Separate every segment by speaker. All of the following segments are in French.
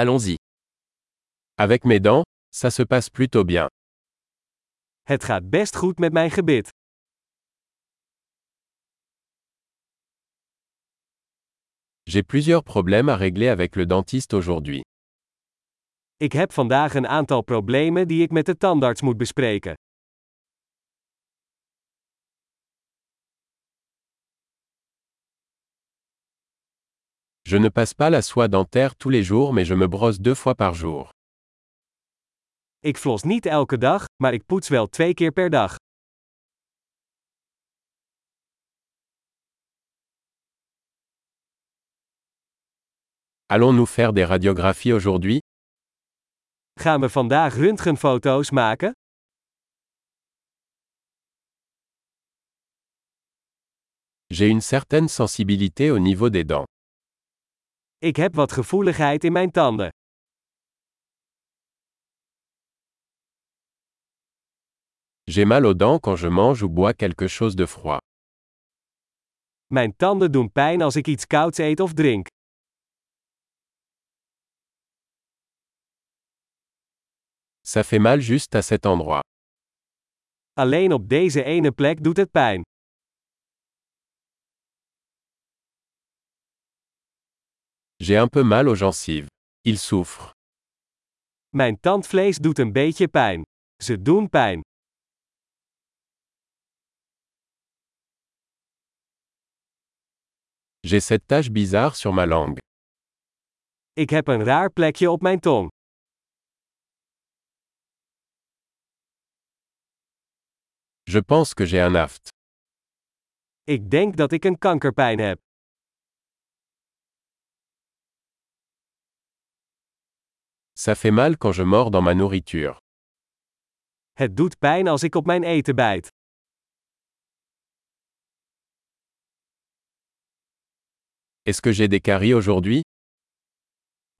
Speaker 1: Allons-y. Avec mes dents, ça se passe plutôt bien.
Speaker 2: Het gaat best goed met mijn gebit.
Speaker 1: J'ai plusieurs problèmes à régler avec le dentiste aujourd'hui.
Speaker 2: Ik heb vandaag een aantal problemen die ik met de tandarts moet bespreken.
Speaker 1: Je ne passe pas la soie dentaire tous les jours mais je me brosse deux fois par jour.
Speaker 2: Ik flos niet elke dag, maar ik poets wel twee keer per dag.
Speaker 1: Allons-nous faire des radiographies aujourd'hui
Speaker 2: Gaan we vandaag röntgenfoto's maken?
Speaker 1: J'ai une certaine sensibilité au niveau des dents.
Speaker 2: Ik heb wat gevoeligheid in mijn tanden.
Speaker 1: J'ai mal aux dents quand je mange ou bois quelque chose de froid.
Speaker 2: Mijn tanden doen pijn als ik iets kouds eet of drink.
Speaker 1: Ça fait mal juste à cet endroit.
Speaker 2: Alleen op deze ene plek doet het pijn.
Speaker 1: J'ai un peu mal aux gencives. Ils souffrent.
Speaker 2: Mijn tandvlees doet een beetje pijn. Ze doen pijn.
Speaker 1: J'ai cette tache bizarre sur ma langue.
Speaker 2: Ik heb een raar plekje op mijn tong.
Speaker 1: Je pense que j'ai un aft.
Speaker 2: Ik denk dat ik een kankerpijn heb.
Speaker 1: Ça fait mal quand je mords dans ma nourriture.
Speaker 2: Het doet pijn als ik op mijn eten bijt.
Speaker 1: Est-ce que j'ai des caries aujourd'hui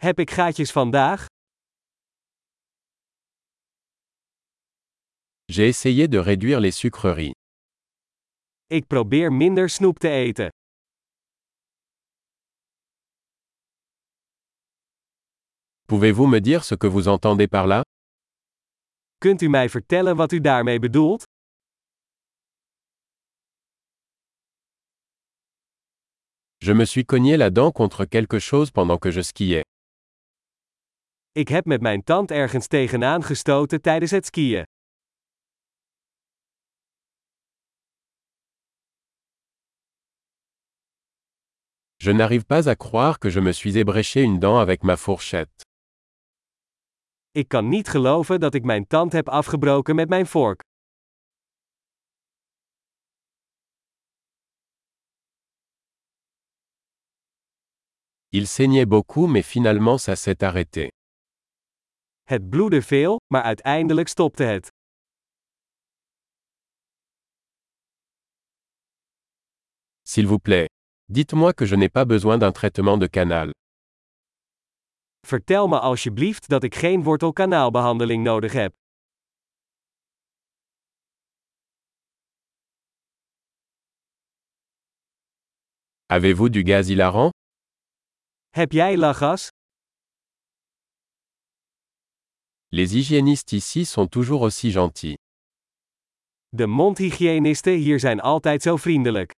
Speaker 2: Heb ik gaatjes vandaag?
Speaker 1: J'ai essayé de réduire les sucreries.
Speaker 2: Ik probeer minder snoep te eten.
Speaker 1: Pouvez-vous me dire ce que vous entendez par là
Speaker 2: Kunt u mij vertellen wat u daarmee bedoelt?
Speaker 1: Je me suis cogné la dent contre quelque chose pendant que je skiais.
Speaker 2: Ik heb met mijn tand ergens tegenaan gestoten tijdens het skiën.
Speaker 1: Je n'arrive pas à croire que je me suis ébréché une dent avec ma fourchette.
Speaker 2: Ik kan niet geloven dat ik mijn tand heb afgebroken met mijn vork.
Speaker 1: Il saignait beaucoup mais finalement ça s'est arrêté.
Speaker 2: Het bloedde veel, maar uiteindelijk stopte het.
Speaker 1: S'il vous plaît. Dites-moi que je n'ai pas besoin d'un traitement de canal.
Speaker 2: Vertel me alsjeblieft dat ik geen wortelkanaalbehandeling nodig heb.
Speaker 1: Avez-vous du gaz hilarant
Speaker 2: Heb jij lachgas?
Speaker 1: Les hygiénistes ici sont toujours aussi gentils.
Speaker 2: De mondhygiënisten hier zijn altijd zo vriendelijk.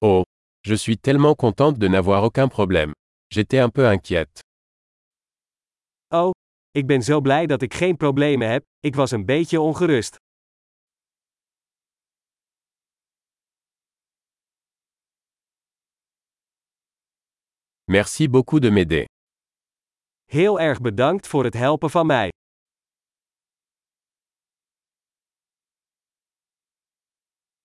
Speaker 1: Oh, je suis tellement contente de n'avoir aucun problème. J'étais un peu inquiète.
Speaker 2: Oh, ik ben zo blij dat ik geen problemen heb, ik was een beetje ongerust.
Speaker 1: Merci beaucoup de m'aider.
Speaker 2: Heel erg bedankt voor het helpen van mij.